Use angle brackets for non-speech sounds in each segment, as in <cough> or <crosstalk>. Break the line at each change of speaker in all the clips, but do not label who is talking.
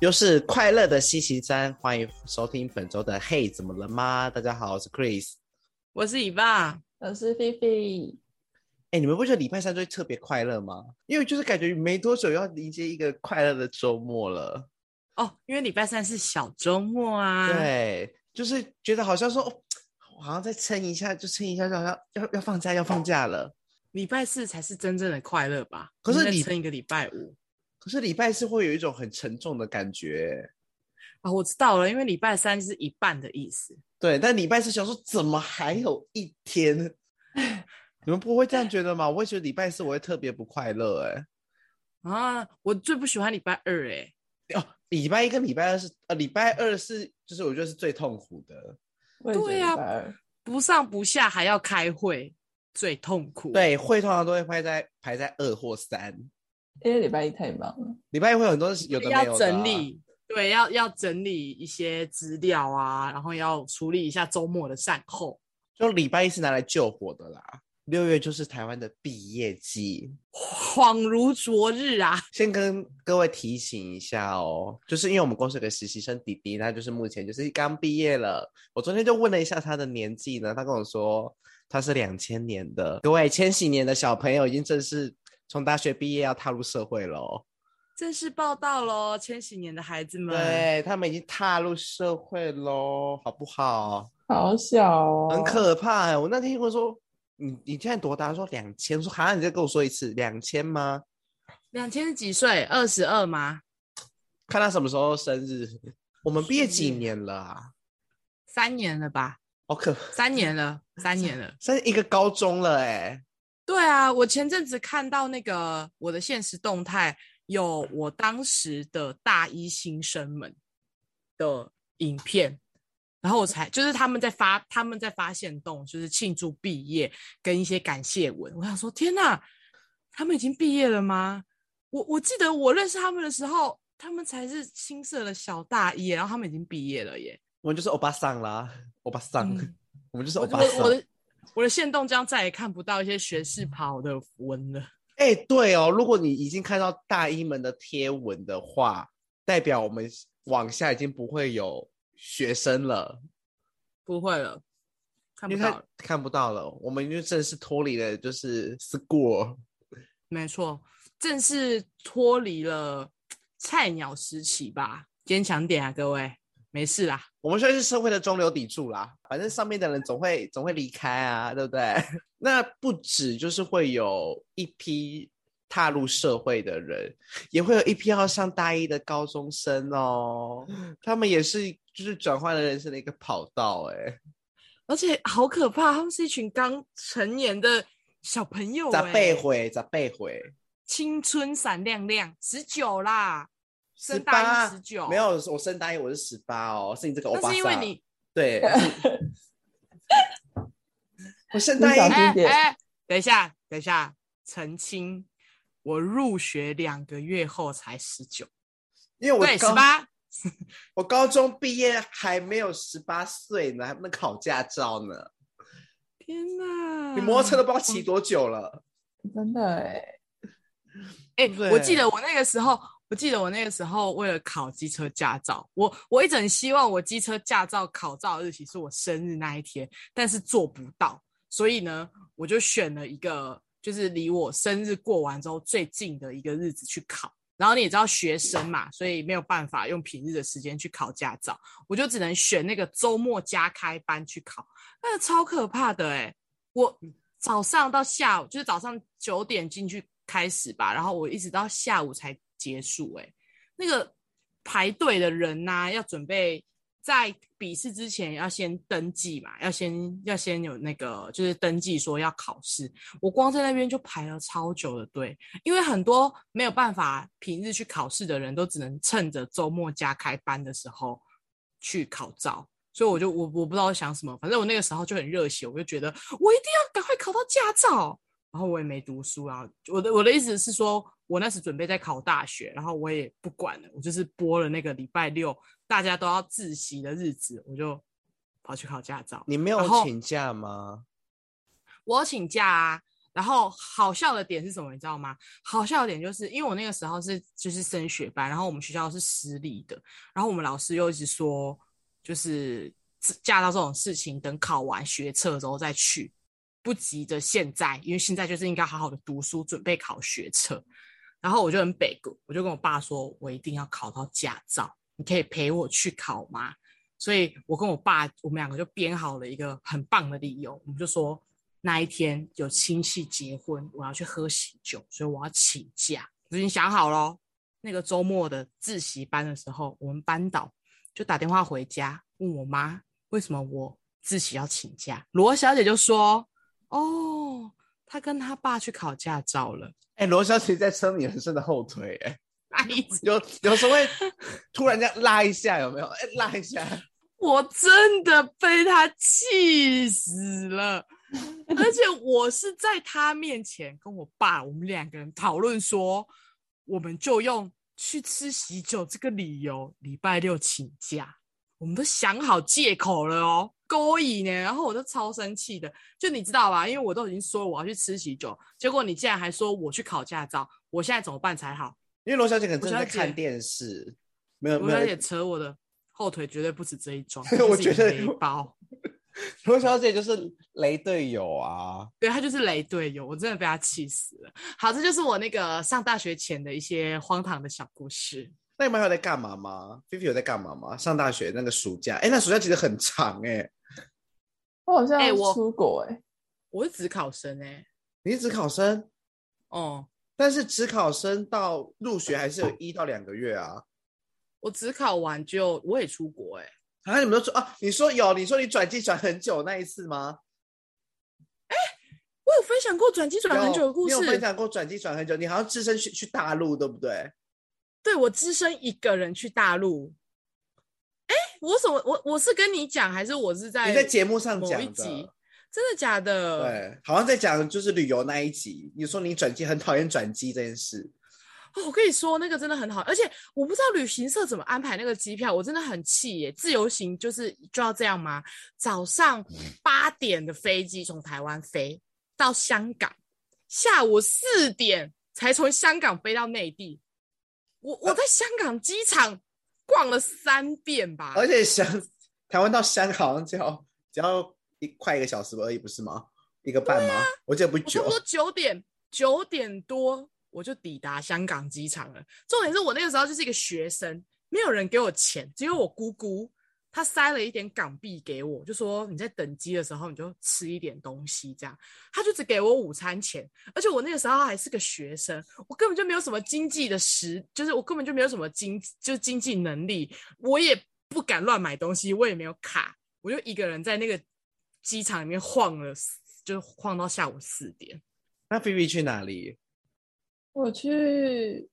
又是快乐的星期三，欢迎收听本周的《嘿，怎么了吗？》大家好，我是 Chris。
我是以爸，
我是菲菲，
哎，你们不觉得礼拜三就会特别快乐吗？因为就是感觉没多久要迎接一个快乐的周末了。
哦，因为礼拜三是小周末啊。，
对，就是觉得好像说，哦我好像再撑一下，就撑一下，就好像要要放假，要放假了。
礼拜四才是真正的快乐吧？
可是
我们再
礼
撑一个礼拜五
可是礼拜四会有一种很沉重的感觉。
啊、我知道了，因为礼拜三是一半的意思。
对，但礼拜四想说，怎么还有一天？ <laughs> 你们不会这样觉得吗？我会觉得礼拜四我会特别不快乐、哎。
啊，我最不喜欢礼拜二、欸，
哦，礼拜一跟礼拜二是呃，礼拜二是就是我觉得是最痛苦的，
对啊呀不上不下还要开会，最痛苦。，
对，会通常都会排在排在二或三，
因为礼拜一太忙了，
礼拜一会有很多是有的没有的啊、
要整理，对，要要整理一些资料啊，然后要处理一下周末的善后。
就礼拜一是拿来救火的啦。六月就是台湾的毕业季，
恍如昨日啊，
先跟各位提醒一下哦，就是因为我们公司有个实习生弟弟，他就是目前就是刚毕业了。我昨天就问了一下他的年纪呢，他跟我说他是两千年的。各位千禧年的小朋友已经正式从大学毕业要踏入社会了哦。
正式报道喽，千禧年的孩子们。
对他们已经踏入社会喽，好不好？
好小哦，
很可怕、欸。我那天听我说，你你现在多大？他说两千。我说哈，你再跟我说一次，两千吗？
两千是几岁？二十二吗？
看他什么时候生日。我们毕业几年了啊？
三年了吧？
好可，
三年了，三年了。
生一个高中了哎、
对啊，我前阵子看到那个我的现实动态，有我当时的大一新生们的影片，然后我才就是他们在发他们在发现动，就是庆祝毕业跟一些感谢文。我想说，天呐，他们已经毕业了吗？我我记得我认识他们的时候，他们才是新社的小大一耶，然后他们已经毕业了耶。
我们就是欧巴桑啦，欧巴桑，
嗯
我们就是欧
我
巴
我我
桑。
的我的线动将再也看不到一些学士袍的文了。
哎、对哦，如果你已经看到大一们的贴文的话，代表我们往下已经不会有学生了。
不会了，看不
因为
到
他
了。
看不到了，我们就正式脱离了就是 school。
没错，正式脱离了菜鸟时期吧。坚强点啊，各位，没事啦。
我们算是社会的中流砥柱啦，反正上面的人总会总会离开啊，对不对？ <laughs> 那不止就是会有一批踏入社会的人，也会有一批要上大一的高中生哦，他们也是就是转换了人生的一个跑道、欸，
而且好可怕，他们是一群刚成年的小朋友、
哎，咋
欸，
背回咋背回，
青春闪亮亮，十九啦，
十
升大
八
一十九，
没有，我升大一我是十八哦，是你这个欧巴
哦那
桑，
是因为你，
对， <laughs> 我升大
你想
一
听
哎
理解
哎，等一下，等一下，澄清，我入学两个月后才十九，
因为我
对，十
高
八。
我高中毕业还没有十八岁呢，还不能考驾照呢。
天哪！
你摩托车都不知道骑多久了。
真的哎，
哎、
对
我记得我那个时候，我记得我那个时候为了考机车驾照，我我一直很希望我机车驾照考照的日期是我生日那一天，但是做不到，所以呢，我就选了一个就是离我生日过完之后最近的一个日子去考。然后你也知道学生嘛，所以没有办法用平日的时间去考驾照，我就只能选那个周末加开班去考，那个超可怕的哎、我早上到下午，就是早上九点进去开始吧，然后我一直到下午才结束、欸。那个排队的人呐、啊要准备在笔试之前要先登记嘛，要先要先有那个就是登记说要考试。我光在那边就排了超久的队，因为很多没有办法平日去考试的人都只能趁着周末加开班的时候去考照。所以我就我我不知道想什么，反正我那个时候就很热血，我就觉得我一定要赶快考到驾照。然后我也没读书啊，我的我的意思是说，我那时准备在考大学，然后我也不管了，我就是播了那个礼拜六大家都要自习的日子，我就跑去考驾照。
你没
然后
有请假吗？
我有请假啊，然后好笑的点是什么，你知道吗？好笑的点就是因为我那个时候是就是升学班，然后我们学校是私立的，然后我们老师又一直说，就是嫁到这种事情，等考完学测之后再去，不急着现在，因为现在就是应该好好的读书，准备考学测。然后我就很北顾，我就跟我爸说，我一定要考到驾照，你可以陪我去考吗？所以我跟我爸，我们两个就编好了一个很棒的理由，我们就说那一天有亲戚结婚，我要去喝喜酒，所以我要请假。我已经想好咯，那个周末的自习班的时候，我们班导就打电话回家问我妈，为什么我自习要请假？罗小姐就说：“哦，她跟她爸去考驾照了。 <laughs>
哎、罗小姐在车你很深的后腿、哎，”
哎，
有有时候
<laughs>
会突然这样拉一下，有没有？哎、拉一下，
我真的被他气死了，而且我是在他面前跟我爸，我们两个人讨论说，我们就用去吃喜酒这个理由，礼拜六请假，我们都想好借口了哦，勾引呢，然后我就超生气的，就你知道吧，因为我都已经说我要去吃喜酒，结果你竟然还说我去考驾照，我现在怎么办才好？
因为罗小姐可能真的在
罗小姐
看电视，没有
我
没
小
有，
姐扯我的后腿绝对不止这一桩
<laughs> 我
这
觉
是
得
一包。
罗小姐就是雷队友啊，
对他就是雷队友，我真的被他气死了。好，这就是我那个上大学前的一些荒唐的小故事。
那你们还有在干嘛吗？菲菲有在干嘛吗？上大学那个暑假，哎、那暑假其实很长哎、
我好像
哎我
出国哎、
我是职考生哎、
你是职考生，
哦、
但是职考生到入学还是有一到两个月啊。
我职考完就我也出国哎、
啊，你们都说啊，你说有，你说你转机转很久那一次吗？
我有分享过转机转很久的
有
故
你有分
事，
享过转机转很久，你好像只身去去大陆，对不对？
对我只身一个人去大陆。哎、我怎么我我是跟你讲，还是我是在
你在节目上
哎某一
讲
集
的，？
真的假的？
对，好像在讲就是旅游那一集，你说你转机很讨厌转机这件事，
哦，我跟你说，那个真的很好，而且我不知道旅行社怎么安排那个机票，我真的很气耶！自由行就是就要这样吗？早上八点的飞机从台湾飞到香港，下午四点才从香港飞到内地。我我在香港机场逛了三遍吧，
而且香台湾到香港好像只要只要一快一个小时而已，不是吗？一个半吗？我记得不
啊我差
久
不。多九点九点多我就抵达香港机场了。重点是我那个时候就是一个学生，没有人给我钱，只有我姑姑，她塞了一点港币给我，就说你在等机的时候你就吃一点东西这样。她就只给我午餐钱，而且我那个时候还是个学生，我根本就没有什么经济的实，就是我根本就没有什么经就是经济能力，我也不敢乱买东西，我也没有卡，我就一个人在那个机场里面晃了四，就晃到下午四点。
那菲菲去哪里？
我去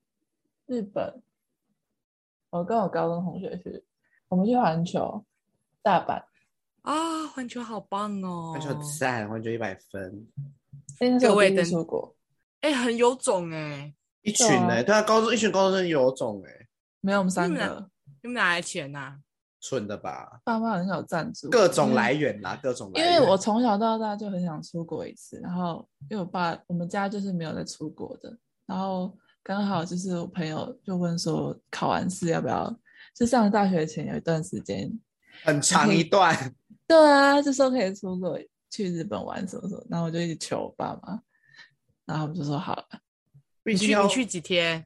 日本，我跟我高中同学去，我们去环球、大阪，
啊，环球好棒哦！啊
环球赞，环球一百分，
因哎为那是
各
我
位
第一
等
次出国，
哎、很有种哎、
一群
啊
哎、对啊，高中一群高中生有种哎、
没有我们三
你们
个，
你们哪来钱呐、
蠢的吧？
爸妈很少赞助，
各种
因为
来源啦，各种来
因
源。
为我从小到大就很想出国一次，然后因为我爸我们家就是没有在出国的，然后刚好就是我朋友就问说考完试要不要，就上大学前有一段时间，
很长一
<laughs>
段，
对啊，就说可以出国去日本玩什么什么，然后我就一直求我爸妈，然后我们就说好了，
必
你
须
去
要
你去几天？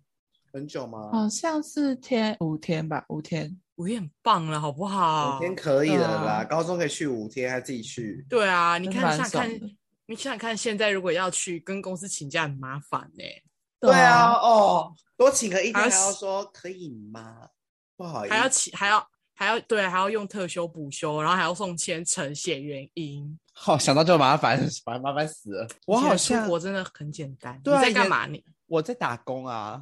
很久吗？
好像是天五天吧，五天，
我也很棒了，好不好
五？天可以的
对
哦
啦，
啊
高中可以去五天，还自己去。
对啊，你
真
看
蛮
想想
爽
看
的，
你想想看，现在如果要去跟公司请假很麻烦哎呢、
对啊，
啊，
哦，多请个一天，
还要
还要说可以吗？不好意思，
还要请还要还要对，还要用特休补休，然后还要送签呈写原因。
好、想到就 <laughs> 麻烦，麻麻烦死了。我好
以前
像
出国真的很简单，
对啊
你在
以前
干嘛你？ <laughs>
我在打工啊，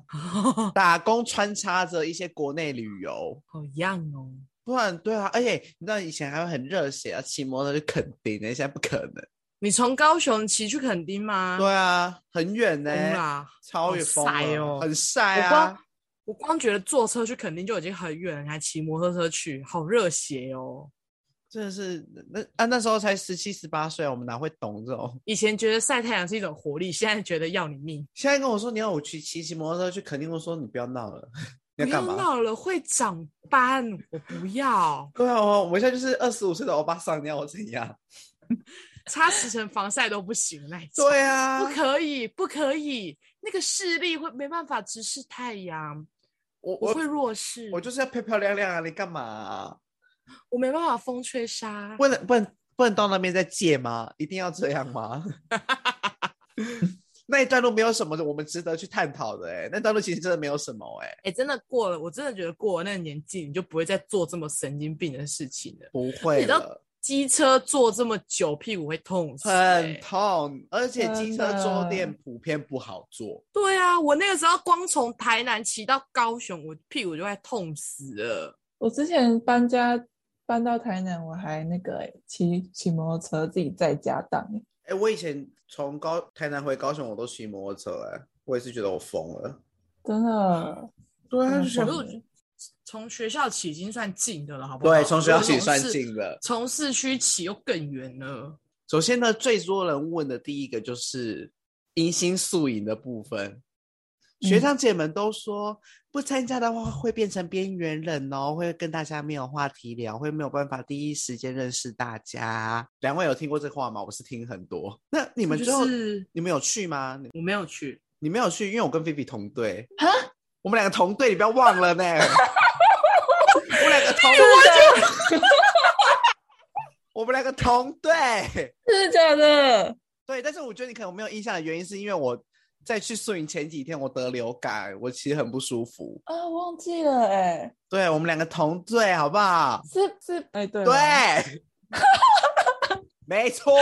打工穿插着一些国内旅游，
好样哦！
不然对啊，而且你知道以前还会很热血啊，骑摩托车去垦丁欸呢，现在不可能。
你从高雄骑去垦丁吗？
对啊，很远呢、
疯啦！
超远
好
疯了
晒哦
很晒
我
啊
光。我光觉得坐车去垦丁就已经很远了，你还骑摩托车去，好热血哦！
真的是那啊那时候才十七十八岁啊，我们哪会懂这种？
以前觉得晒太阳是一种活力，现在觉得要你命。
现在跟我说你要我去骑骑摩托车去，肯定会说你不要闹了， <laughs> 你
不
干
要
嘛？
闹了，会长斑，我不要。
对啊，我我现在就是二十五岁的欧巴桑，你要我怎
<laughs>
样？
擦十层防晒都不行那一种。
对啊，
不可以，不可以，那个视力会没办法直视太阳，
我
我会
我
弱视，
我就是要漂漂亮亮啊，你干嘛啊、
我没办法风吹沙。
不能不能不能到那边再借吗？一定要这样吗？ <laughs> 那一段路没有什么我们值得去探讨的、欸，那段路其实真的没有什么、欸，哎，
哎、真的过了，我真的觉得过了那个年纪，你就不会再做这么神经病的事情了。
不
你
会
知道
了。
机车坐这么久，屁股会痛死、
很
欸。
痛，而且
真
机车坐
的
垫普遍不好坐。
对啊，我那个时候光从台南骑到高雄，我屁股就快痛死了。
我之前搬家搬到台南，我还那个欸骑骑摩托车自己在家荡
哎、
欸，
我以前从高台南回高雄，我都骑摩托车、欸，哎，我也是觉得我疯了。
真的
对
啊
啊，
就
就
觉
觉
得
得
嗯
可是我从学校起已经算近的了，好不好？
对，从学校起
我
算
从市，
近了。
从市区起又更远了。
首先呢，最多人问的第一个就是迎新宿营的部分。学
嗯
长姐们都说，不参加的话会变成边缘人哦，会跟大家没有话题聊，会没有办法第一时间认识大家。两位有听过这话吗？我是听很多。那你们
就
最后、
是
你们有去吗？你
我没有去，
你没有去，因为我跟菲菲同队
啊，
我们两个同队，你不要忘了
<laughs>
呢。我们两个同队，
<laughs>
我们两个同队。
真的假的？
对，但是我觉得你可能没有印象的原因，是因为我在去宿营前几天我得流感，我其实很不舒服。
啊，忘记了哎，
对，我们两个同队，好不好？
是是哎
对
对
<laughs>
吗，
啊
没错，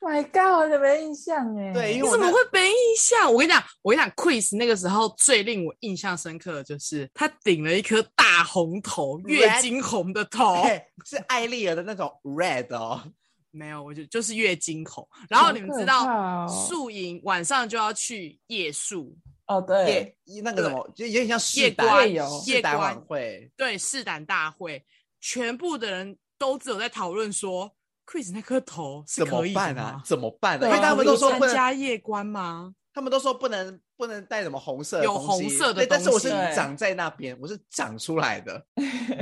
，My God，我怎么没印象哎？
对因为
你
我
怎么
那
会没印象？我跟你讲，我跟你讲，Chris 那个时候最令我印象深刻的就是他顶了一颗大红头，月
Red
经红的
<laughs>
头。
嘿是艾丽儿的那种 red 哦。
没有，我就就是月经红。然后你们知
好可怕
道，
哦
宿营晚上就要去夜宿，
哦对，
夜那个什么，就有点像
夜
试
观
胆
夜游
试胆
夜观
晚会。
对试胆大会，全部的人都只有在讨论说，Chris 那颗头是
怎么
可以的
办啊
吗？？
怎么办、啊？
对
因为
啊
他们都说
参
不能，
加夜观吗？
<laughs> 他们都说不能不能带什么红色的
有
东西
红色的
对但是我
东
是
西
对
长在那边，我是长出来的。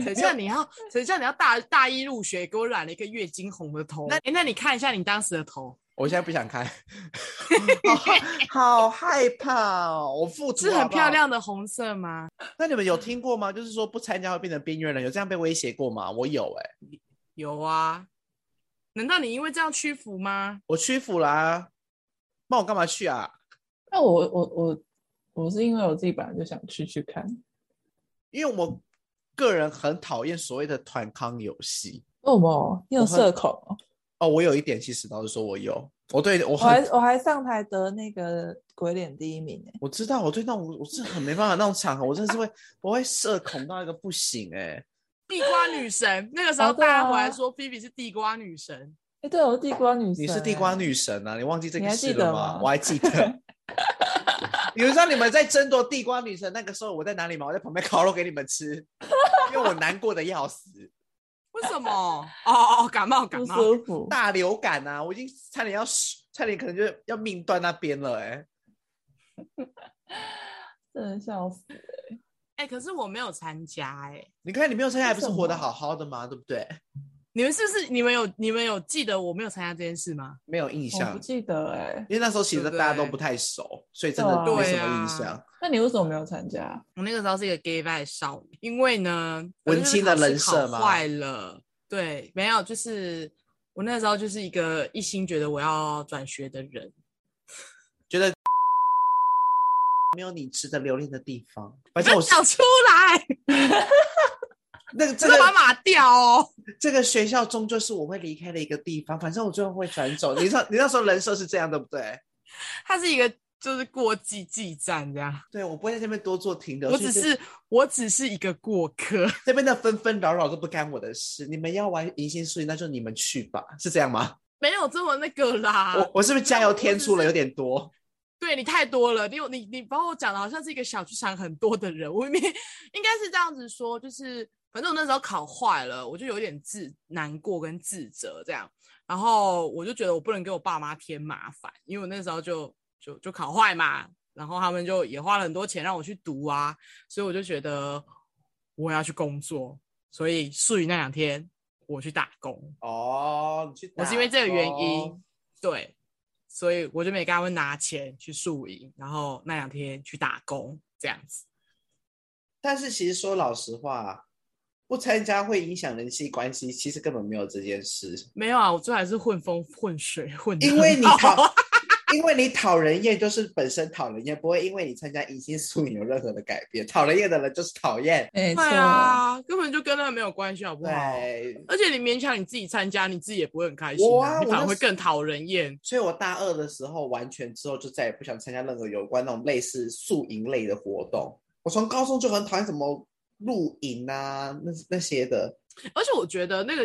谁叫你要谁叫你要大大一入学给我染了一个月经红的头？那、诶那你看一下你当时的头
我现在不想
<laughs>
看，好好害怕哦！我复读
是
好
很
不好
漂。亮的嗯红色吗？
那你们有听过吗？就是说不参加会变成边缘人，有这样被威胁过吗？我有哎、
有啊，难道你因为这样屈服吗？
我屈服啦、那我干嘛去啊？
那我我我我是因为我自己本来就想去去看，
因为我个人很讨厌所谓的团康游戏。
为什么？你有
我很
社恐哦？
哦，我有一点，其实老实说，我有，我对我
我还
很，
我还上台得那个鬼脸第一名哎，
我知道，我对那种我是很没办法那种场合，我真的是会，我会社恐到一个不行哎、
地瓜
<laughs>
女神那个时候
哦对
大
啊
家回来说菲比是地瓜女神，
哎，对，我是地瓜女神，欸
你是地瓜，女神啊，你忘记这
你
个
还
事
记
了
得
吗？
吗
<laughs> 我还记得。你们知道你们在争夺地瓜女神那个时候我在哪里吗？我在旁边烤肉给你们吃，因为我难过的要死，
为什么？哦哦，哦，感冒感
不
冒，
舒服。
<laughs> 大流感啊，我已经差点要死，差点可能就要命断那边了哎、
真的笑死！
哎、可是我没有参加哎、
你看你没有参加，还
为
不是
什
活得
么
好好的吗？对不对？
你们是不是你们有你们有记得我没有参加这件事吗？
没有印
我
象
不，记得哎、
因为那时候其实
对不
大家都
对
不太熟，所以真的
对啊
没什
对
么
啊
印象。
那你为什么没有参加？
我那个时候是一个 gay by 少女，因为呢，
文
我就是
青的
考试
人设
考
吗
坏了，对，没有，就是我那时候就是一个一心觉得我要转学的人，
<laughs> 没有你值得留恋的地方。反
不
正
要
我是
讲出来，
那个这
这个把
个
码掉哦。
这个学校终究是我会离开的一个地方，反正我最后会转走。你 <laughs> 那你那时候人设是这样，对不对？
它是一个就是过季季站这样，
对，我不会在这边多做停留，
我
所
只
以这
是我只是一个过客。 <laughs>
这边的纷纷扰扰都不干我的事。你们要玩迎新树，那就你们去吧，是这样吗？
没有这么那个啦。
我我是不是加油添醋了
啊我只是
有点多？
<laughs> 对你太多了，你有你你把我讲的好像是一个小剧场很多的人，我明明应该是这样子说，就是反正我那时候考坏了，我就有点自难过跟自责这样。然后我就觉得我不能给我爸妈添麻烦，因为我那时候就就就考坏嘛，然后他们就也花了很多钱让我去读啊，所以我就觉得我要去工作，所以术语那两天我去打工，
哦，你去
我是因为这个原因，对，所以我就没跟他们拿钱去宿营，然后那两天去打工这样子。
但是其实说老实话，不参加会影响人际关系，其实根本没有这件事，
没有啊，我最后还是混风混水混得
因为
很
你
好
讨，因为你讨人厌就是本身讨人厌，不会因为你参加迎新宿营有任何的改变。讨人厌的人就是讨厌，
没哎错，
对啊，根本就跟那个没有关系，好不好？
对。
而且你勉强你自己参加，你自己也不会很开心、
我
啊，
啊
你
我
反而
那
会
时
更讨人厌。
所以我大二的时候完全之后就再也不想参加任何有关那种类似宿营类的活动。我从高中就很讨厌什么露营啊，那那些的。
而且我觉得那个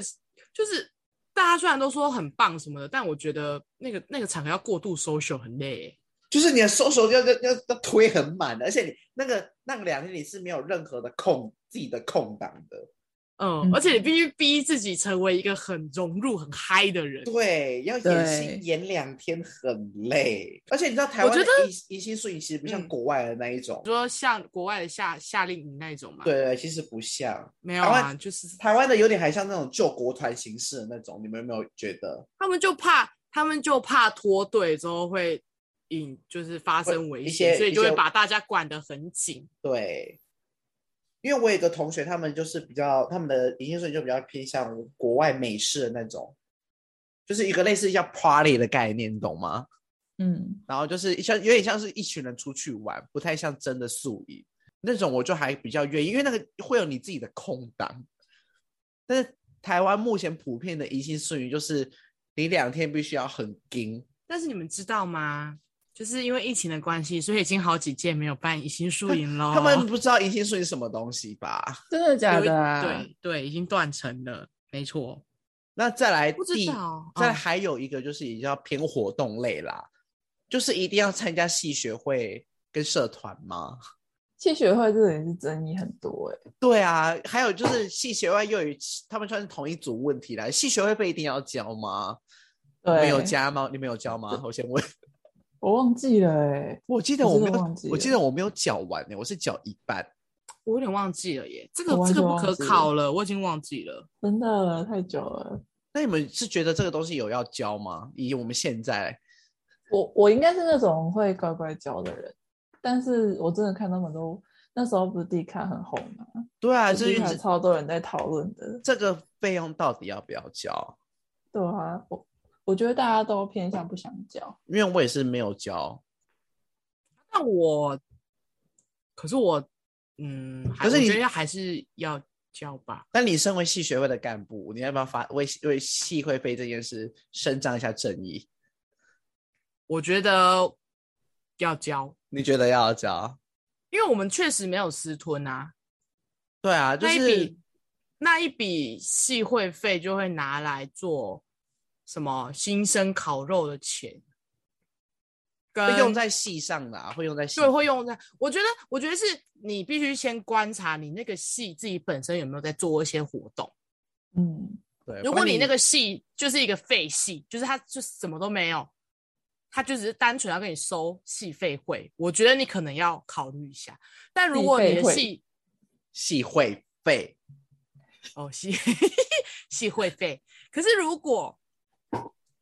就是大家虽然都说很棒什么的，但我觉得那个那个场合要过度 social 很累欸、
就是你的收手要要要要推很满的，而且你那个那个两天你是没有任何的空自己的空档的，
嗯，
嗯
而且你必须逼自己成为一个很融入、很嗨的人。
对，要
对
演戏演两天很累，而且你知道台
我
湾
觉
的
得
迎迎新宿营其实不
嗯
像国外的那一种，
你说像国外的夏夏令营那种嘛，，
对对，其实不像
没有
台
啊，
湾
就是
台湾的有点还像那种救国团形式的那种，你们有没有觉得？
他们就怕，他们就怕脱队之后会引，就是发生危
一
险，
些
所以就
一
会
些
把大家管得很紧。
对，因为我有一个同学，他们就是比较他们的营业税就比较偏向国外美式的那种，就是一个类似像 party 的概念，你懂吗？
嗯，
然后就是像有点像是一群人出去玩，不太像真的宿营那种，我就还比较愿意，因为那个会有你自己的空档。但是台湾目前普遍的疑心宿营就是你两天必须要很盯，
但是你们知道吗？就是因为疫情的关系，所以已经好几届没有办迎新宿营哦喽。
他们不知道疑心宿营什么东西吧？
真的假
有一
的啊？
对对，已经断层了，没错。
那再来
不知
第
道
再来
嗯
还有一个就是比较偏活动类啦，就是一定要参加系学会跟社团吗？
气学会这里是争议很多哎、
对啊，还有就是系学会又有他们算是同一组问题啦。系学会费一定要交吗？你
对，
们有加吗？你们有交吗？我先问。 <laughs>
我忘记了哎、
我记得
我
我
真
没
的
有，
忘记
我记
了
得我没有缴完呢、我是缴一半。
我有点忘记了耶，这个
我完
这个
全
不可
忘记了
考了，我已经忘记了。
真的太久了。
那你们是觉得这个东西有要交吗？以我们现在
我我应该是那种会乖乖教的人，但是我真的看他们都那时候不是 D 卡很红嘛，
对啊，这
是
就
卡
是
超多人在讨论的。
这个费用到底要不要交？
对啊，我我觉得大家都偏向不想教。
因为我也是没有交。
那我，可是我，嗯，还
可是
我
你
觉得还是要交吧。
但你身为系学会的干部，你要不要发为为系会费这件事伸张一下正义？
我觉得要交，
你觉得要交？
因为我们确实没有私吞啊，
对啊，就
那一
是
笔那一笔系会费就会拿来做什么新生烤肉的钱，跟
会用在戏上的、啊，会用在戏
呃对会用在，我觉得我觉得是你必须先观察你那个系自己本身有没有在做一些活动。
嗯，
对。
如
不
果
然
你那个戏就是一个废戏，就是他就什么都没有，他就只是单纯要跟你收戏费会，我觉得你可能要考虑一下。但如
戏
果你
费
的
会
戏
系会费，
哦戏戏会费，可是如果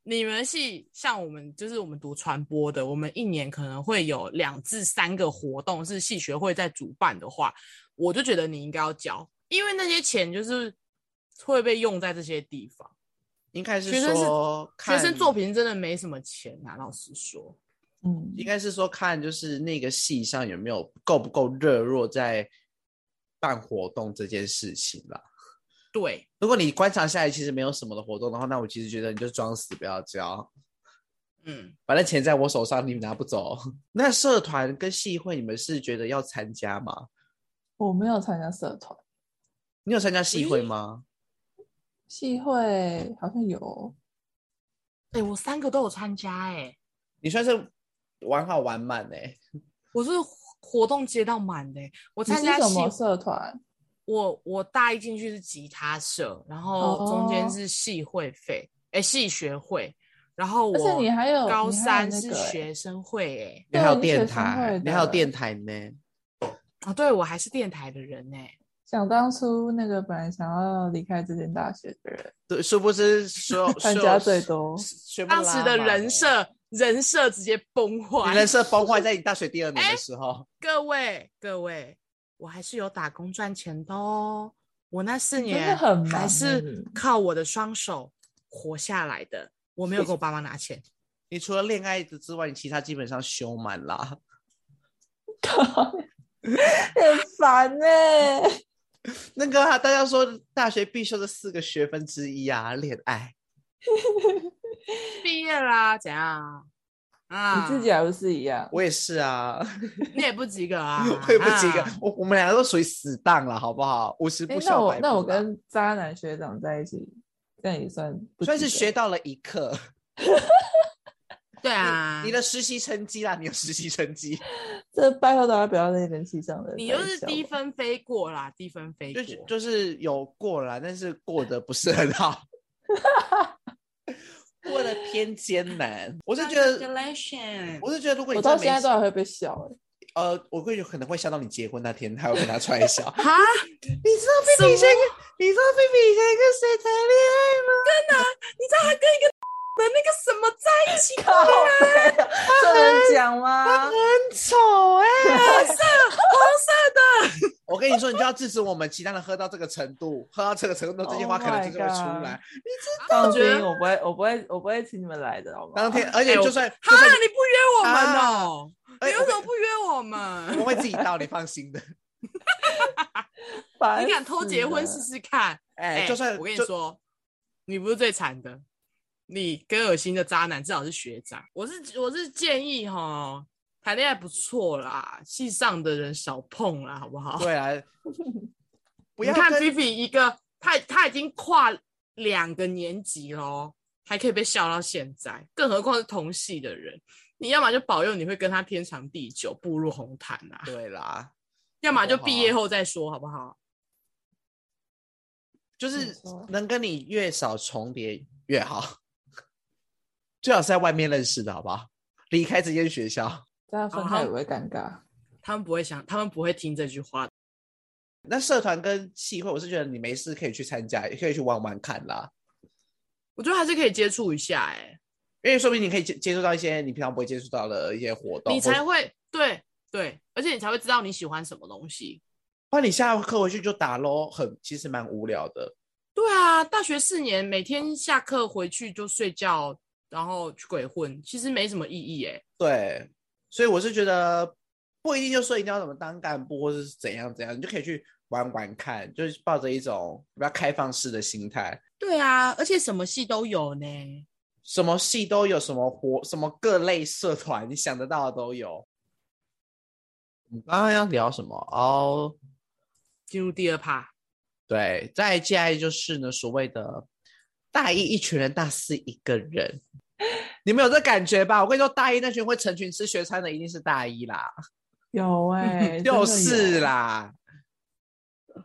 你们系像我们就是我们读传播的，我们一年可能会有两至三个活动是系学会在主办的话，我就觉得你应该要交，因为那些钱就是会被用在这些地方。
应该是
学生是
说
学
看
生作，品真的没什么钱啊，老实说，
嗯，
应该是说看就是那个戏上有没有够不够热络在办活动这件事情啦。
对，
如果你观察下来，其实没有什么的活动的话，那我其实觉得你就装死不要交。
嗯，
反正钱在我手上，你们拿不走。 <laughs> 那社团跟系会，你们是觉得要参加吗？
我没有参加社团，
你有参加系会吗？
系会好像有，
哎、我三个都有参加、哎，
你算是玩好玩满哎、
我是活动接到满的、哎我
你
参
是
加
什
系
么社团？
我我大一进去是吉他社，然后中间
哦
是系会费，哎、系学会，然后
而且
我
你还
高
有你还有
三
那
是
个欸
学生会、欸，
你还有
对
电
学生
台
会，
你还有
的
电台呢。
啊，对我还是电台的人欸呢、
想当初那个本来想要离开这间大学的人， <laughs>
<laughs>
对，殊不知所有
参
所
加
有
最多
全部
当时
拉
的
满
人
了，
设哎人设直接崩坏，
你人设崩坏在你大学第二年
哎
的时候，
各位各位，我还是有打工赚钱的哦。我那四
你真的
年
很忙
还
欸
是
你
靠我的双手活下来的，我没有给我爸妈拿钱。
你除了恋爱的之外，你其他基本上修满啦。
很烦欸呢、
那个、啊、大家说大学必修的四个学分之一啊，恋爱。
毕业啦，怎样？啊，
你自己还不是一样？
我也是啊，
你也不及格啊，
<laughs> 我也不及格
啊。
我我们两个都属于死党了，好不好？五十
哎、
步
那
笑
我
百步啦。
那我跟渣男学长在一起，这样也算不
算是
及格
学到了一课。
对啊，
你的实习成绩啦，你有实习成绩，
这拜托大家不要在人气上的，
你就是低，分飞过啦，低分飞
就
过。
是就是有过了啦，但是过得不是很好，
<laughs>
过得偏艰难。我是觉得，
Congratulations，。
我是觉得，如果你
我到
真的
现在
没
都还会被笑、
<laughs>
欸。 <laughs>
呃，我会有可能会笑到你结婚那天，还会跟他踹一
<laughs>
下
哈，
你知道菲菲以前跟，你知道菲菲以前跟谁谈恋爱吗？
你知道他跟一个的那个什么在一起
靠背啊，这能讲吗
很？丑
<laughs>
哎、
黄色的，
我跟你说，你就要制止我们其他人喝到这个程度，喝到这个程度，这些话
Oh
可能就是会
my
出
god
来。
放
我觉得
啊
心，我不会，我不会，我不会请你们来的，好吗？
当天，而且
哎我
就算，就
哈
算，，
你不约我们哦？
哎
你为什么
我
不约我
我
们？
们会自己到，你放心的。
烦
你敢偷结婚
死
试试
了
看？
哎、就算
我跟你
就，
说，你不是最惨的，你更恶心的渣男至少是学长。我是我是建议哈，谈恋爱不错啦，系上的人少碰啦，好不好？
对
<laughs>
啊，不
哦你
要
看
跟
Vivi 一个，他他已经跨两个年级喽，还可以被笑到现在，更何况是同系的人。你要么就保佑你会跟他天长地久，步入红毯啊；
对啦，
要么就
好不好
毕业后再说，好不好？
就是
没错
能跟你越少重叠越好，最好是在外面认识的，好不好？离开这间学校。
这样分
好
开也会尴尬。
他们不会想，他们不会听这句话。
那社团跟系会，我是觉得你没事可以去参加，也可以去玩玩看啦，
我觉得还是可以接触一下、欸，
因为说不定你可以接接触到一些你平常不会接触到的一些活动。
你
或
才
者，
会对对，而且你才会知道你喜欢什么东西。
不然你下课回去就打咯，很其实蛮无聊的。
对啊，大学四年每天下课回去就睡觉，然后去鬼混，其实没什么意义、欸，
对，所以我是觉得不一定就说一定要怎么当干部或者是怎样怎样，你就可以去玩玩看，就是抱着一种比较开放式的心态，
对啊，而且什么戏都有呢。
什么系都有，什么活，什么各类社团，你想得到的都有。我们刚刚要聊什么？哦、
进入第二趴，
对，再接下来就是呢，所谓的大一一群人，大四一个人， <laughs> 你们有这感觉吧？我跟你说，大一那群会成群吃学餐的，一定是大一啦， <laughs>
有哎、真的
就
有
是，啦，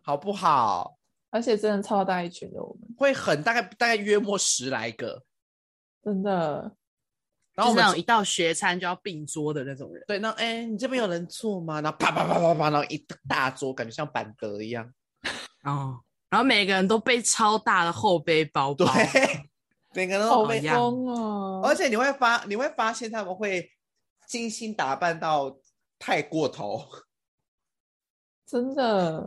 好不好？
而且真的超大一群的，我们
会很大概大概约莫十来个，
真的
然后我
就是那种
们
一到学餐就要并桌的那种人。
对，那哎，你这边有人坐吗？然后啪啪啪啪啪，然后一大桌，感觉像板德一样。
哦，然后每个人都背超大的后背包包
对，，每个人
好
都被
一样
疯哦，
而且你会发，你会发现他们会精心打扮到太过头，
真的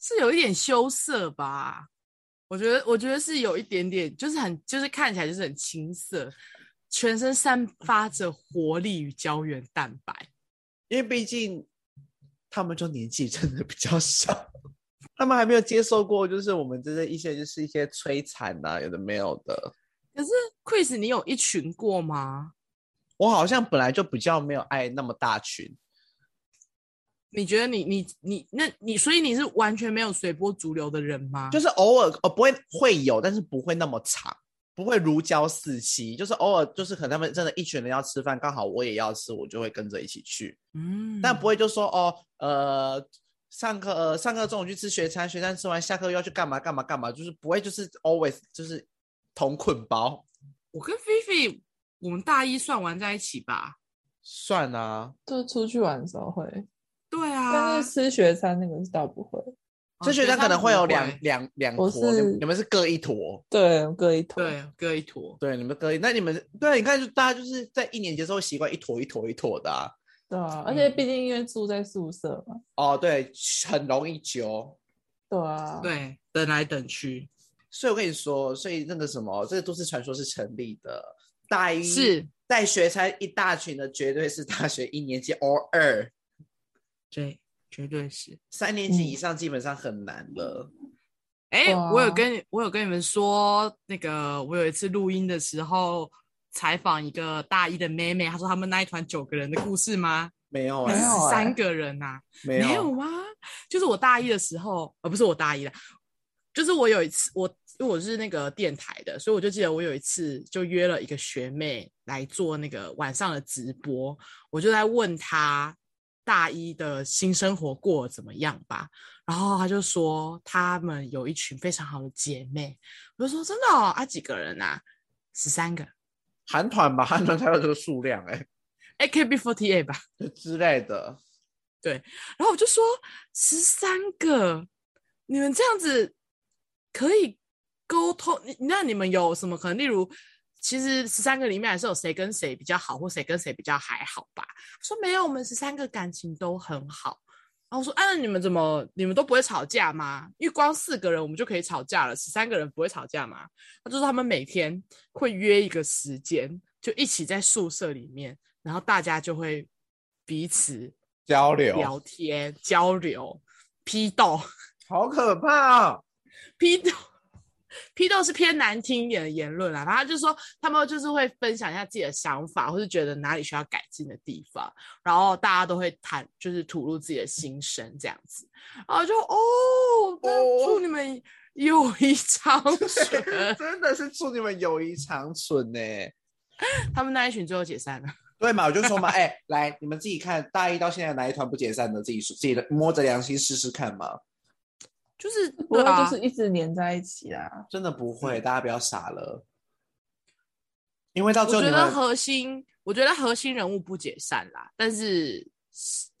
是有一点羞涩吧？我觉得，我觉得是有一点点，就是很，就是看起来就是很青涩，全身散发着活力与胶原蛋白。
因为毕竟他们就年纪真的比较小， <laughs> 他们还没有接受过，就是我们这些一些就是一些摧残呐、有的没有的。
可是 Chris，你有一群过吗？
我好像本来就比较没有爱那么大群，
你觉得你你你那你，所以你是完全没有随波逐流的人吗？
就是偶尔哦不会会有，但是不会那么长，不会如胶似漆，就是偶尔就是可能他们真的一群人要吃饭，刚好我也要吃，我就会跟着一起去。
嗯
但不会就说哦，呃，上课呃上课中午去吃学餐，学餐吃完下课又要去干嘛干嘛干嘛，就是不会就是 always 就是同捆包
我跟菲菲，我们大一算玩在一起吧？
算啊。
就是出去玩的时候会，
对啊哦
但，是吃学餐那个是倒不会。
这学
生
餐可能会有两两两
我
坨，你
是
们你们是各一坨。
对，各一坨。
对各一坨。
对，你们各一，那你们对，你看，就大家就是在一年级的时候习惯一坨一坨一坨的、啊，
对啊，而且
嗯
毕竟因为住在宿舍嘛，
哦，对，很容易揪。
对啊，，
对，等来等去
所以我跟你说，所以那个什么，这个都市传说是成立的。大一
是
带学餐一大群的，绝对是大学一年级 or 二，
对，绝对是。
三年级
嗯
以上基本上很难了。
哎、
对啊
我有跟你我有跟你们说，那个我有一次录音的时候采访一个大一的妹妹，她说他们那一团九个人的故事吗？
没有
没
哎、
有欸
三个人呐、
没
啊没有吗？就是我大一的时候，呃，不是我大一的，就是我有一次，我因为我是那个电台的，所以我就记得我有一次就约了一个学妹来做那个晚上的直播，我就在问她大一的新生活过得怎么样吧，然后她就说她们有一群非常好的姐妹，我就说真的哦、啊几个人啊？十三个
韩团吧，韩团才有这个数量哎、
，AKB48 吧。
就之类的。
然后我就说十三个，你们这样子可以沟通，你那你们有什么可能？例如，其实十三个里面还是有谁跟谁比较好，或谁跟谁比较还好吧？他说没有，我们十三个感情都很好。然后我说，啊，那你们怎么你们都不会吵架吗？因为光四个人我们就可以吵架了，十三个人不会吵架吗？他就是他们每天会约一个时间，就一起在宿舍里面，然后大家就会彼此
交流
聊天、交流、批斗、 <laughs>
好可怕、哦！
批斗、 <laughs> 批斗是偏难听一点的言论啦。反正就是说，他们就是会分享一下自己的想法，或是觉得哪里需要改进的地方，然后大家都会谈，就是吐露自己的心声这样子。然后就哦，那
哦
祝你们友谊长
<laughs>
存。
真的是祝你们友谊长存呢、
他们那一群最后解散了。
对嘛？我就说
<laughs>
嘛，哎、来，你们自己看，大一到现在哪一团不解散的，自己自己摸着良心试试看嘛。
就是
不过
对啊，
就是一直黏在一起啊啦。
真的不
嗯
会，大家不要傻了。因为到最
我
后
觉
你
得
们
核心，我觉得核心人物不解散啦，但是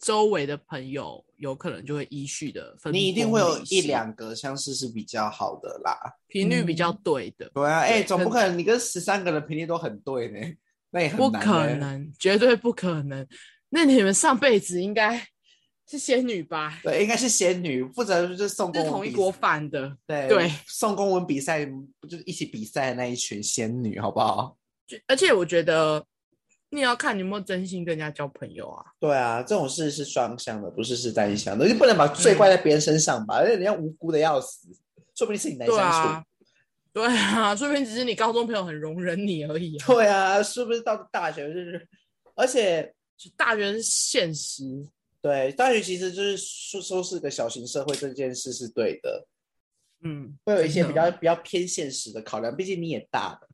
周围的朋友有可能就会依序的分，
你一定会有一两个相似是比较好的啦。
频率比较
嗯
对的，
对啊，哎、
对
总不
真
可能你跟十三个人频率都很对呢、那也嗯很
不
难、欸
可。能，绝对不可能。那你们上辈子应该是仙
<laughs>
女吧？
对，应该是仙女，负责就是送公
是
文
同一
比
锅饭的，
对
对
送公文比赛不就是一起比赛的那一群仙女，好不好？
就而且我觉得你也要看你有没有真心跟人家交朋友啊。
对啊，这种事是双向的，不是是单向的，你不能把罪怪在别人身上吧？而且人家无辜的要死，说不定是你难相
对
处。
啊，对啊， <laughs> 说不定只是你高中朋友很容忍你而已、啊。
对啊，是不是到大学就是，而且
就大学是现实，
对大学其实就是说说是个小型社会，这件事是对的，
嗯，
会有一些
真的
比较比较偏现实的考量，毕竟你也大了。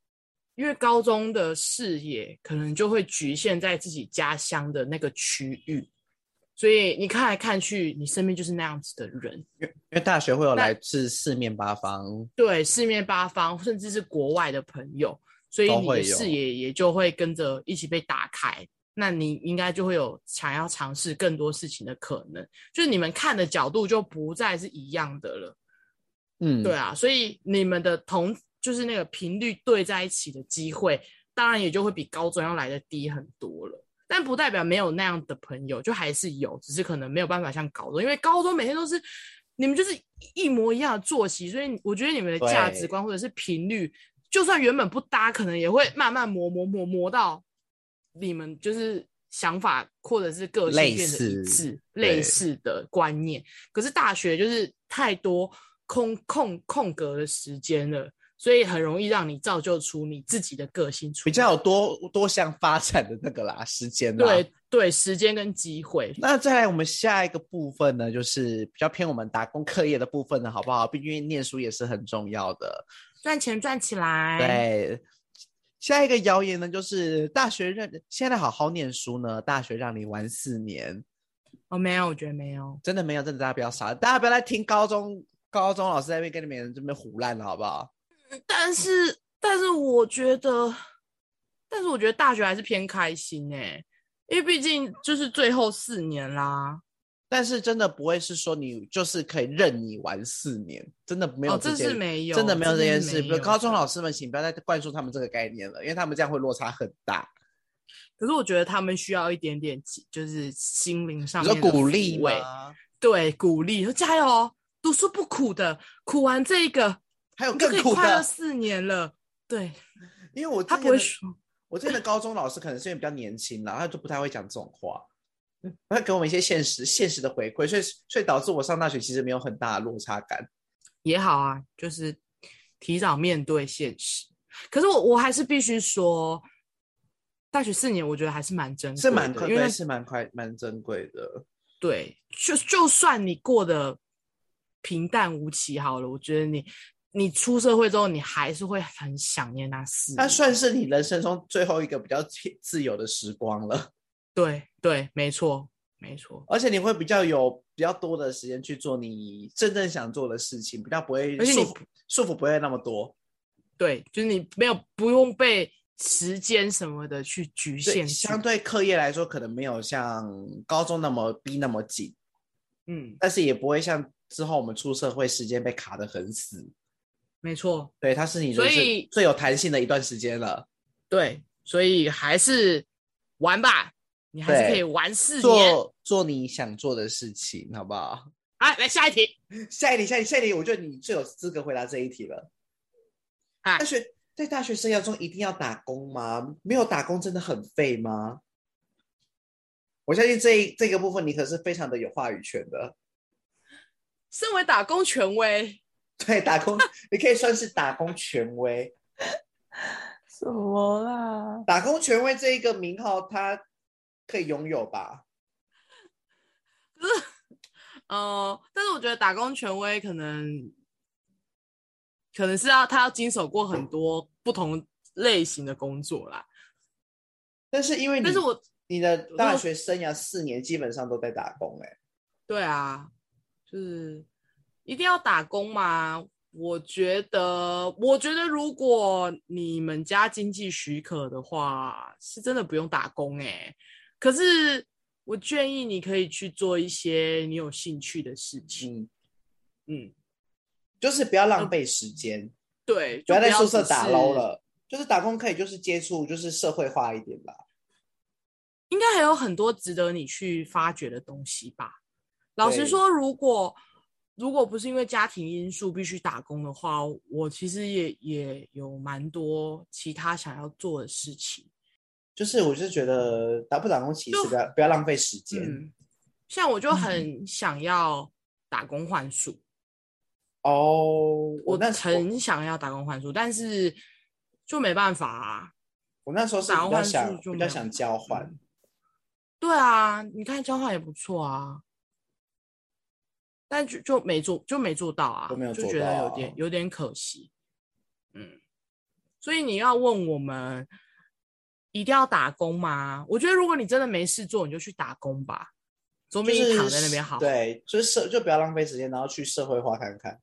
因为高中的视野可能就会局限在自己家乡的那个区域，所以你看来看去，你身边就是那样子的人，
因为大学会有
那
来自四面八方，
对四面八方，甚至是国外的朋友，所以
都
你
会
的
有
视野也就会跟着一起被打开。那你应该就会有想要尝试更多事情的可能，就是你们看的角度就不再是一样的了。
嗯，
对啊，所以你们的同就是那个频率对在一起的机会，当然也就会比高中要来的低很多了。但不代表没有那样的朋友，就还是有，只是可能没有办法像高中，因为高中每天都是你们就是一模一样的作息，所以我觉得你们的价值
对
观或者是频率，就算原本不搭，可能也会慢慢磨磨磨磨到你们就是想法或者是个性
类
变得一
似
致
对
类似的观念。可是大学就是太多空空空格的时间了，所以很容易让你造就出你自己的个性出来
比较有多多项发展的那个啦，时间啦。
对对时间跟机会。
那再来我们下一个部分呢，就是比较偏我们打工课业的部分呢，好不好？毕竟念书也是很重要的。
赚钱赚起来，
对，下一个谣言呢，就是大学让现在好好念书呢，大学让你玩四年。
哦，没有，我觉得没有。
真的没有，真的大家不要傻，大家不要来听高中高中老师在那边跟你们这边胡乱了，好不好？
但是，但是我觉得，但是我觉得大学还是偏开心哎、因为毕竟就是最后四年啦。
但是真的不会是说你就是可以任你玩四年，真的没有
哦，这
件
是没有，
真的没有这件事。
是
不
没有
是高中
的
老师们，请不要再灌输他们这个概念了，因为他们这样会落差很大。
可是我觉得他们需要一点点，就是心灵上
你
面
说
的
鼓
抚
励
慰，
吗？
对，鼓励，说加油哦，读书不苦的，苦完这一个，
还有
你就可
更
以
苦
快乐
的，哦
四年了。对
因为我之
他
前
不会
的
说，
我之前的高中老师可能是因为比较年轻啦，他就不太会讲这种话，嗯他给我们一些现实现实的回馈，所以所以导致我上大学其实没有很大的落差感。
也好啊，就是提早面对现实。可是我我还是必须说，大学四年我觉得还是蛮嗯珍贵的，
是蛮贵，
因为
对是蛮快蛮珍贵的。
对，就就算你过得平淡无奇好了，我觉得你你出社会之后，你还是会很想念那四年。
它算是你人生中最后一个比较自自由的时光了，
对对，没错没错，
而且你会比较有比较多的时间去做你真正想做的事情，比较不会
而且
束
你
缚束缚不会那么多。
对，就是你没有不用被时间什么的去局
对，
限住，
相对课业来说，可能没有像高中那么逼那么紧，
嗯，
但是也不会像之后我们出社会时间被卡得很死。
没错，
对，它是你人
所
生
以
最有弹性的一段时间了。
对，所以还是玩吧，你还是可
对
以玩四年。
做做你想做的事情，好不好？
哎，来下一题，
下一题，下一题，下一题，我觉得你最有资格回答这一题了。
哎
大，学在大学生涯中一定要打工吗？没有打工真的很废吗？我相信这一这个部分你可是非常的有话语权的。
身为打工权威，
<laughs> 对，打工你可以算是打工权威。
什么啦？
打工权威这一个名号，他可以拥有吧？
呃，但是我觉得打工权威可能可能是要他要经手过很多不同类型的工作啦。
但是因为你，
但是我
你的大学生涯四年基本上都在打工、欸，哎，
对啊，就是一定要打工吗？我觉得，我觉得如果你们家经济许可的话，是真的不用打工诶、欸可是我建议你可以去做一些你有兴趣的事情。
嗯，
嗯，
就是不要浪费时间，
对，
不
就
要在
只
宿舍打
是
low。了。就是打工可以，就是接触，就是社会化一点吧。
应该还有很多值得你去发掘的东西吧。老实
对
说，如果如果不是因为家庭因素必须打工的话，我其实也也有蛮多其他想要做的事情。
就是我就是觉得打不打工其实
就
不要不要浪费时间、
嗯，像我就很想要打工换宿，
哦。我
我
那时候
很想要打工换宿，但是就没办法啊。
我那时候是
打
比
工
较
换宿
想
就
比
没
较
有嗯
想交换，
对啊，你看交换也不错啊，但就就没做，就没做到啊，
都没有
就
做
觉得有
到
点有点可惜。嗯，所以你要问我们一定要打工吗？我觉得如果你真的没事做，你就去打工吧，总
就
比你
是
躺在那边好。
对，就是社就不要浪费时间，然后去社会化看看，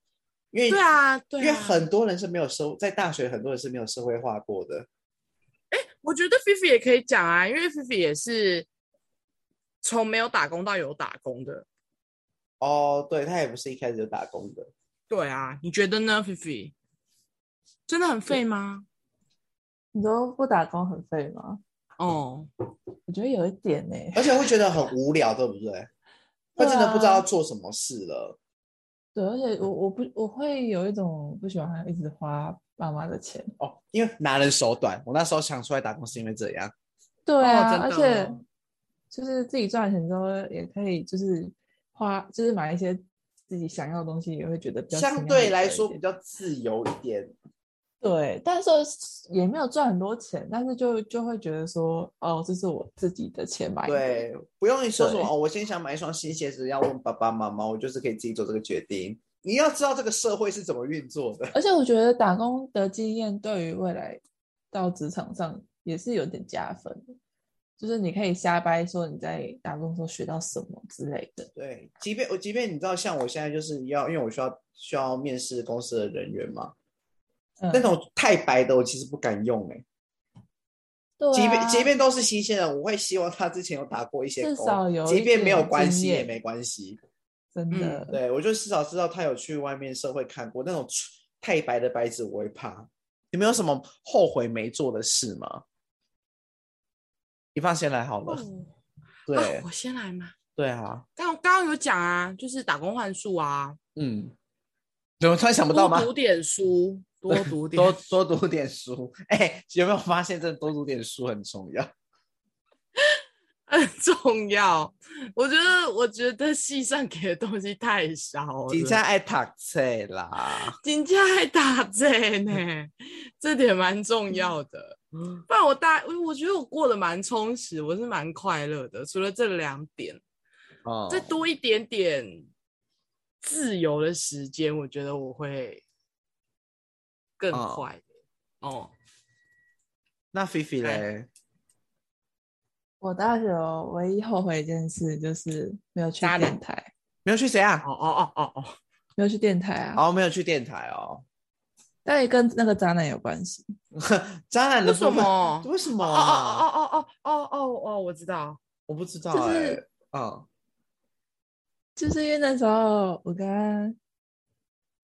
因为
对啊，对啊，
因为很多人是没有社在大学很多人是没有社会化过的，
我觉得菲菲也可以讲啊，因为菲菲也是从没有打工到有打工的。
哦，对他也不是一开始就打工的，
对啊，你觉得呢，菲菲？真的很废吗？
你都不打工很废吗？
哦，
我觉得有一点呢、
而且会觉得很无聊，对不对？
啊
会真的不知道要做什么事了。
对，而且我我不我会有一种不喜欢一直花爸妈的钱。
哦，因为拿人手短，我那时候想出来打工是因为这样，
对
哦
啊，
真的
而且就是自己赚钱之后也可以，就是花，就是买一些自己想要的东西，也会觉得比较心
相
安
对
理
来
得一
说比
点
较自由一点。
对，但是也没有赚很多钱，但是就就会觉得说，哦，这是我自己的钱买的，
对，不用你说什么
对
哦，我今天想买一双新鞋子，要问爸爸妈妈，我就是可以自己做这个决定。你要知道这个社会是怎么运作的，
而且我觉得打工的经验对于未来到职场上也是有点加分的，就是你可以瞎掰说你在打工的时候学到什么之类的。
对，即便我即便你知道，像我现在就是要，因为我需要需要面试公司的人员嘛，
嗯
那种太白的我其实不敢用哎、
对
即
啊
便即便都是新鲜人，我会希望他之前有打过一些
至
工
少有
即
一
便没有
点
关
经
系也
验
没关系。
真
嗯
的，
对我就至少知道他有去外面社会看过那种太白的白纸，我会怕。你们有什么后悔没做的事吗？一放先来好了。对、
啊我先来嘛。
对啊，
但我刚刚有讲啊，就是打工换宿啊，
嗯，怎么突然想不到
多
吗？
读点书，多读点
多多读点书，哎、有没有发现，真的多读点书很重要？
<laughs> 很重要。我觉得，我觉得系上给的东西太少了。
人家爱读册啦，
金价还打折呢，这点蛮重要的。不然我大，我觉得我过得蛮充实，我是蛮快乐的。除了这两点，
哦，
再多一点点自由的时间，我觉得我会更
哦
快乐。哦，
那菲菲
哎
嘞，
我大学哦唯一后悔一件事就是没有去
渣男
电台，
没有去谁啊
哦？哦哦哦哦，
没有去电台啊，
哦，没有去电台哦。 <laughs>
但也跟那个渣男有关系。
渣男的
为什
部分 <laughs>
么
为什么
哦
啊？
哦哦哦哦哦哦哦，我知道。
我不知道
就
哎、
是
嗯，
就是因为那时候我跟他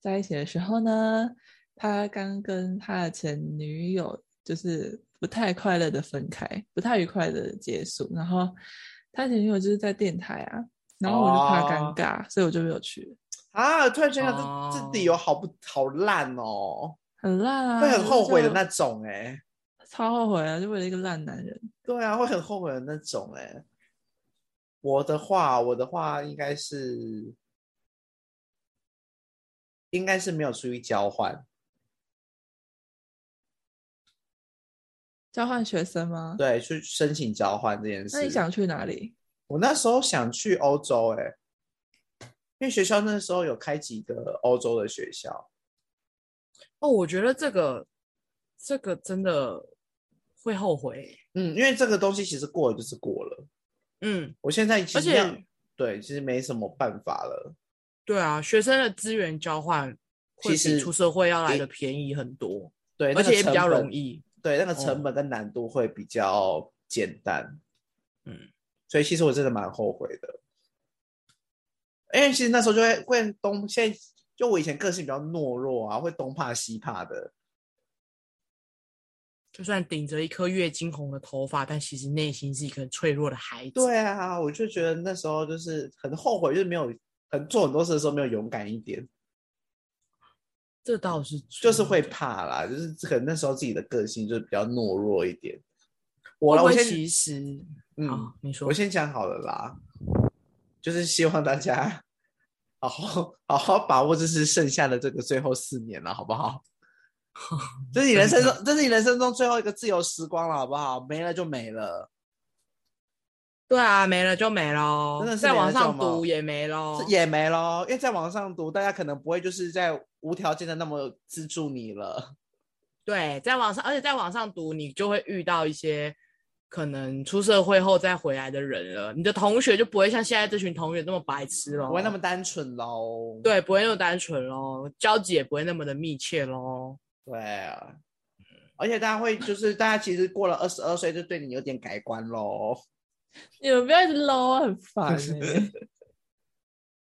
在一起的时候呢，他刚跟他的前女友就是不太快乐的分开，不太愉快的结束。然后他前女友就是在电台啊，然后我就怕
哦
尴尬，所以我就没有去，
啊，突然觉得这、
哦
这理由好不好烂哦，
很烂啊，
会
就
很
是
后悔的
就
那种哎、
超后悔啊，就为了一个烂男人。
对啊，会很后悔的那种哎、我的话，我的话应该是，应该是没有出去交换。
交换学生吗？
对，去申请交换这件事。
那你想去哪里？
我那时候想去欧洲、欸，哎，因为学校那时候有开几个欧洲的学校，
哦，我觉得这个这个真的会后悔。
嗯，因为这个东西其实过了就是过了。
嗯，
我现在其
而
实
且
这样对，其实没什么办法了。
对啊，学生的资源交换
其
会
实
比出社会要来
比
的便宜很多，
对，
而且也
那个
比较
成本
容。易。
对，那个
哦
成本跟难度会比较简单。
嗯，
所以其实我真的蛮后悔的，因为其实那时候就会会东，现在就我以前个性比较懦弱啊，会东怕西怕的。
就算顶着一颗月经红的头发，但其实内心是一个脆弱的孩子。，
对啊，我就觉得那时候就是很后悔，就是没有很做很多事的时候没有勇敢一点，
这倒是
就是会
真的
怕啦，就是可能那时候自己的个性就是比较懦弱一点。我
会
啦，
不
我
会
先
其实
嗯，
啊，你说
我先讲好了啦，就是希望大家好好好好把握，就是剩下的这个最后四年了，好不好？这是你人生中，这是你人生中最后一个自由时光了，好不好？没了就没了，
对啊，没了就没喽，
真的是
在
没了
网上
就没
读也没喽
这。也没咯，因为在网上读，大家可能不会就是在无条件的那么资助你了。
对，在网上，而且在网上读，你就会遇到一些可能出社会后再回来的人了。你的同学就不会像现在这群同学那么白痴了，
不会那么单纯喽。
对，不会那么单纯喽，交集也不会那么的密切喽。
对啊，而且大家会就是大家其实过了二十二岁就对你有点改观喽。
你们不要一直搂啊，很烦、欸。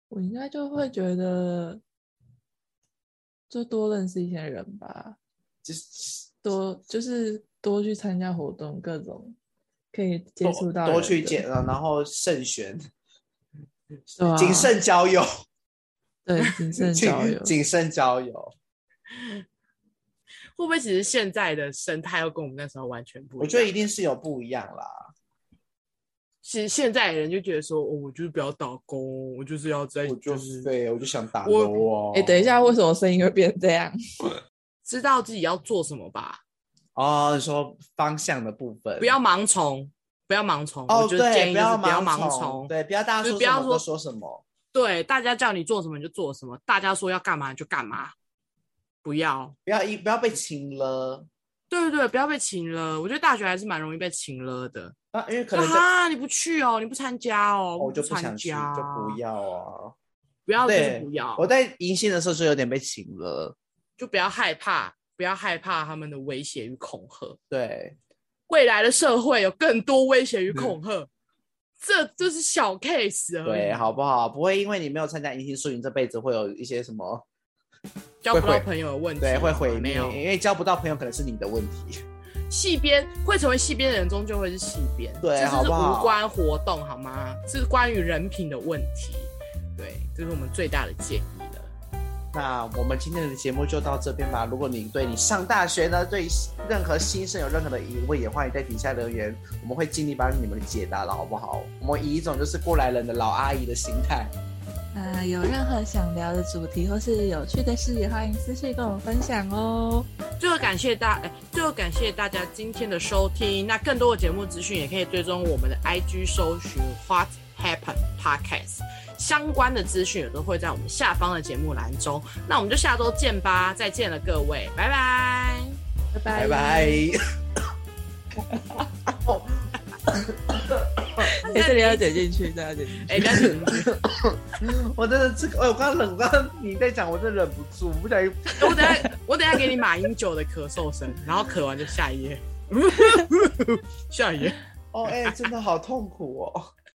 我应该就会觉得，就多认识一些人吧，
就是
多就是多去参加活动，各种可以接触到
多多
人
去
的
见，然后慎选，
对啊
谨慎交友，
对
<laughs>
谨慎交友
谨。谨慎交友。
会不会其实现在的生态又跟我们那时候完全不一样？
我觉得一定是有不一样啦。
其实现在的人就觉得说，哦，我就是不要打工，我就是要在，
我就是对，我就想打哦
我
我。
哎、等一下，为什么声音会变这 <laughs> 样？
知道自己要做什么吧，
哦，你说方向的部分，
不要盲从，不要盲从。
哦，
我觉得
对，不
建议就是
要
不要盲
从，对，不要大家说
就是不
什
要
么就
说
说什么，
对，大家叫你做什么你就做什么，大家说要干嘛你就干嘛，不要。
不要一不要被请了。
对对对，不要被请了。我觉得大学还是蛮容易被请了的。
啊，因为可能在、
啊，你不去哦，你不参加哦，
我就不
参
想去，
加，
就不，要啊。
不要就是
对
不要，
我在迎新的时候就有点被请了，
就不要害怕，不要害怕他们的威胁与恐吓。
对，
未来的社会有更多威胁
嗯
与恐吓，这就是小 case 而
对，
已，
好不好？不会因为你没有参加迎新，所以你这辈子会有一些什么？
交不
会
到
毁
朋友的问题，
对，会毁
啊没
灭，
有
因为交不到朋友可能是你的问题。
戏编会成为戏编的人，终究会是戏编，
对
这
好
是
不好
无关活动好吗？这是关于人品的问题，对，这是我们最大的建议了。
那我们今天的节目就到这边吧。如果你对你上大学呢，对任何新生有任何的疑问，也欢迎在底下留言，我们会尽力帮你们解答了，好不好？我们以一种就是过来人的老阿姨的心态。
那呃有任何想聊的主题或是有趣的事，也欢迎私信跟我们分享哦。
最后感谢大，哎，最后感谢大家今天的收听。那更多的节目资讯也可以追踪我们的 IG，搜寻 What Happen Podcast，相关的资讯也都会在我们下方的节目栏中。那我们就下周见吧，再见了各位，拜拜。
拜
拜
拜
拜。 <laughs>
哎、这里要剪进去，这要剪进去。
哎，不要紧
我真的这个，哎我刚刚忍，我刚刚你在讲，我真的忍不住，不小心
我等下我等下给你马英九的咳嗽声，然后咳完就下一页，下一页。
哦，哎、真的好痛苦哦。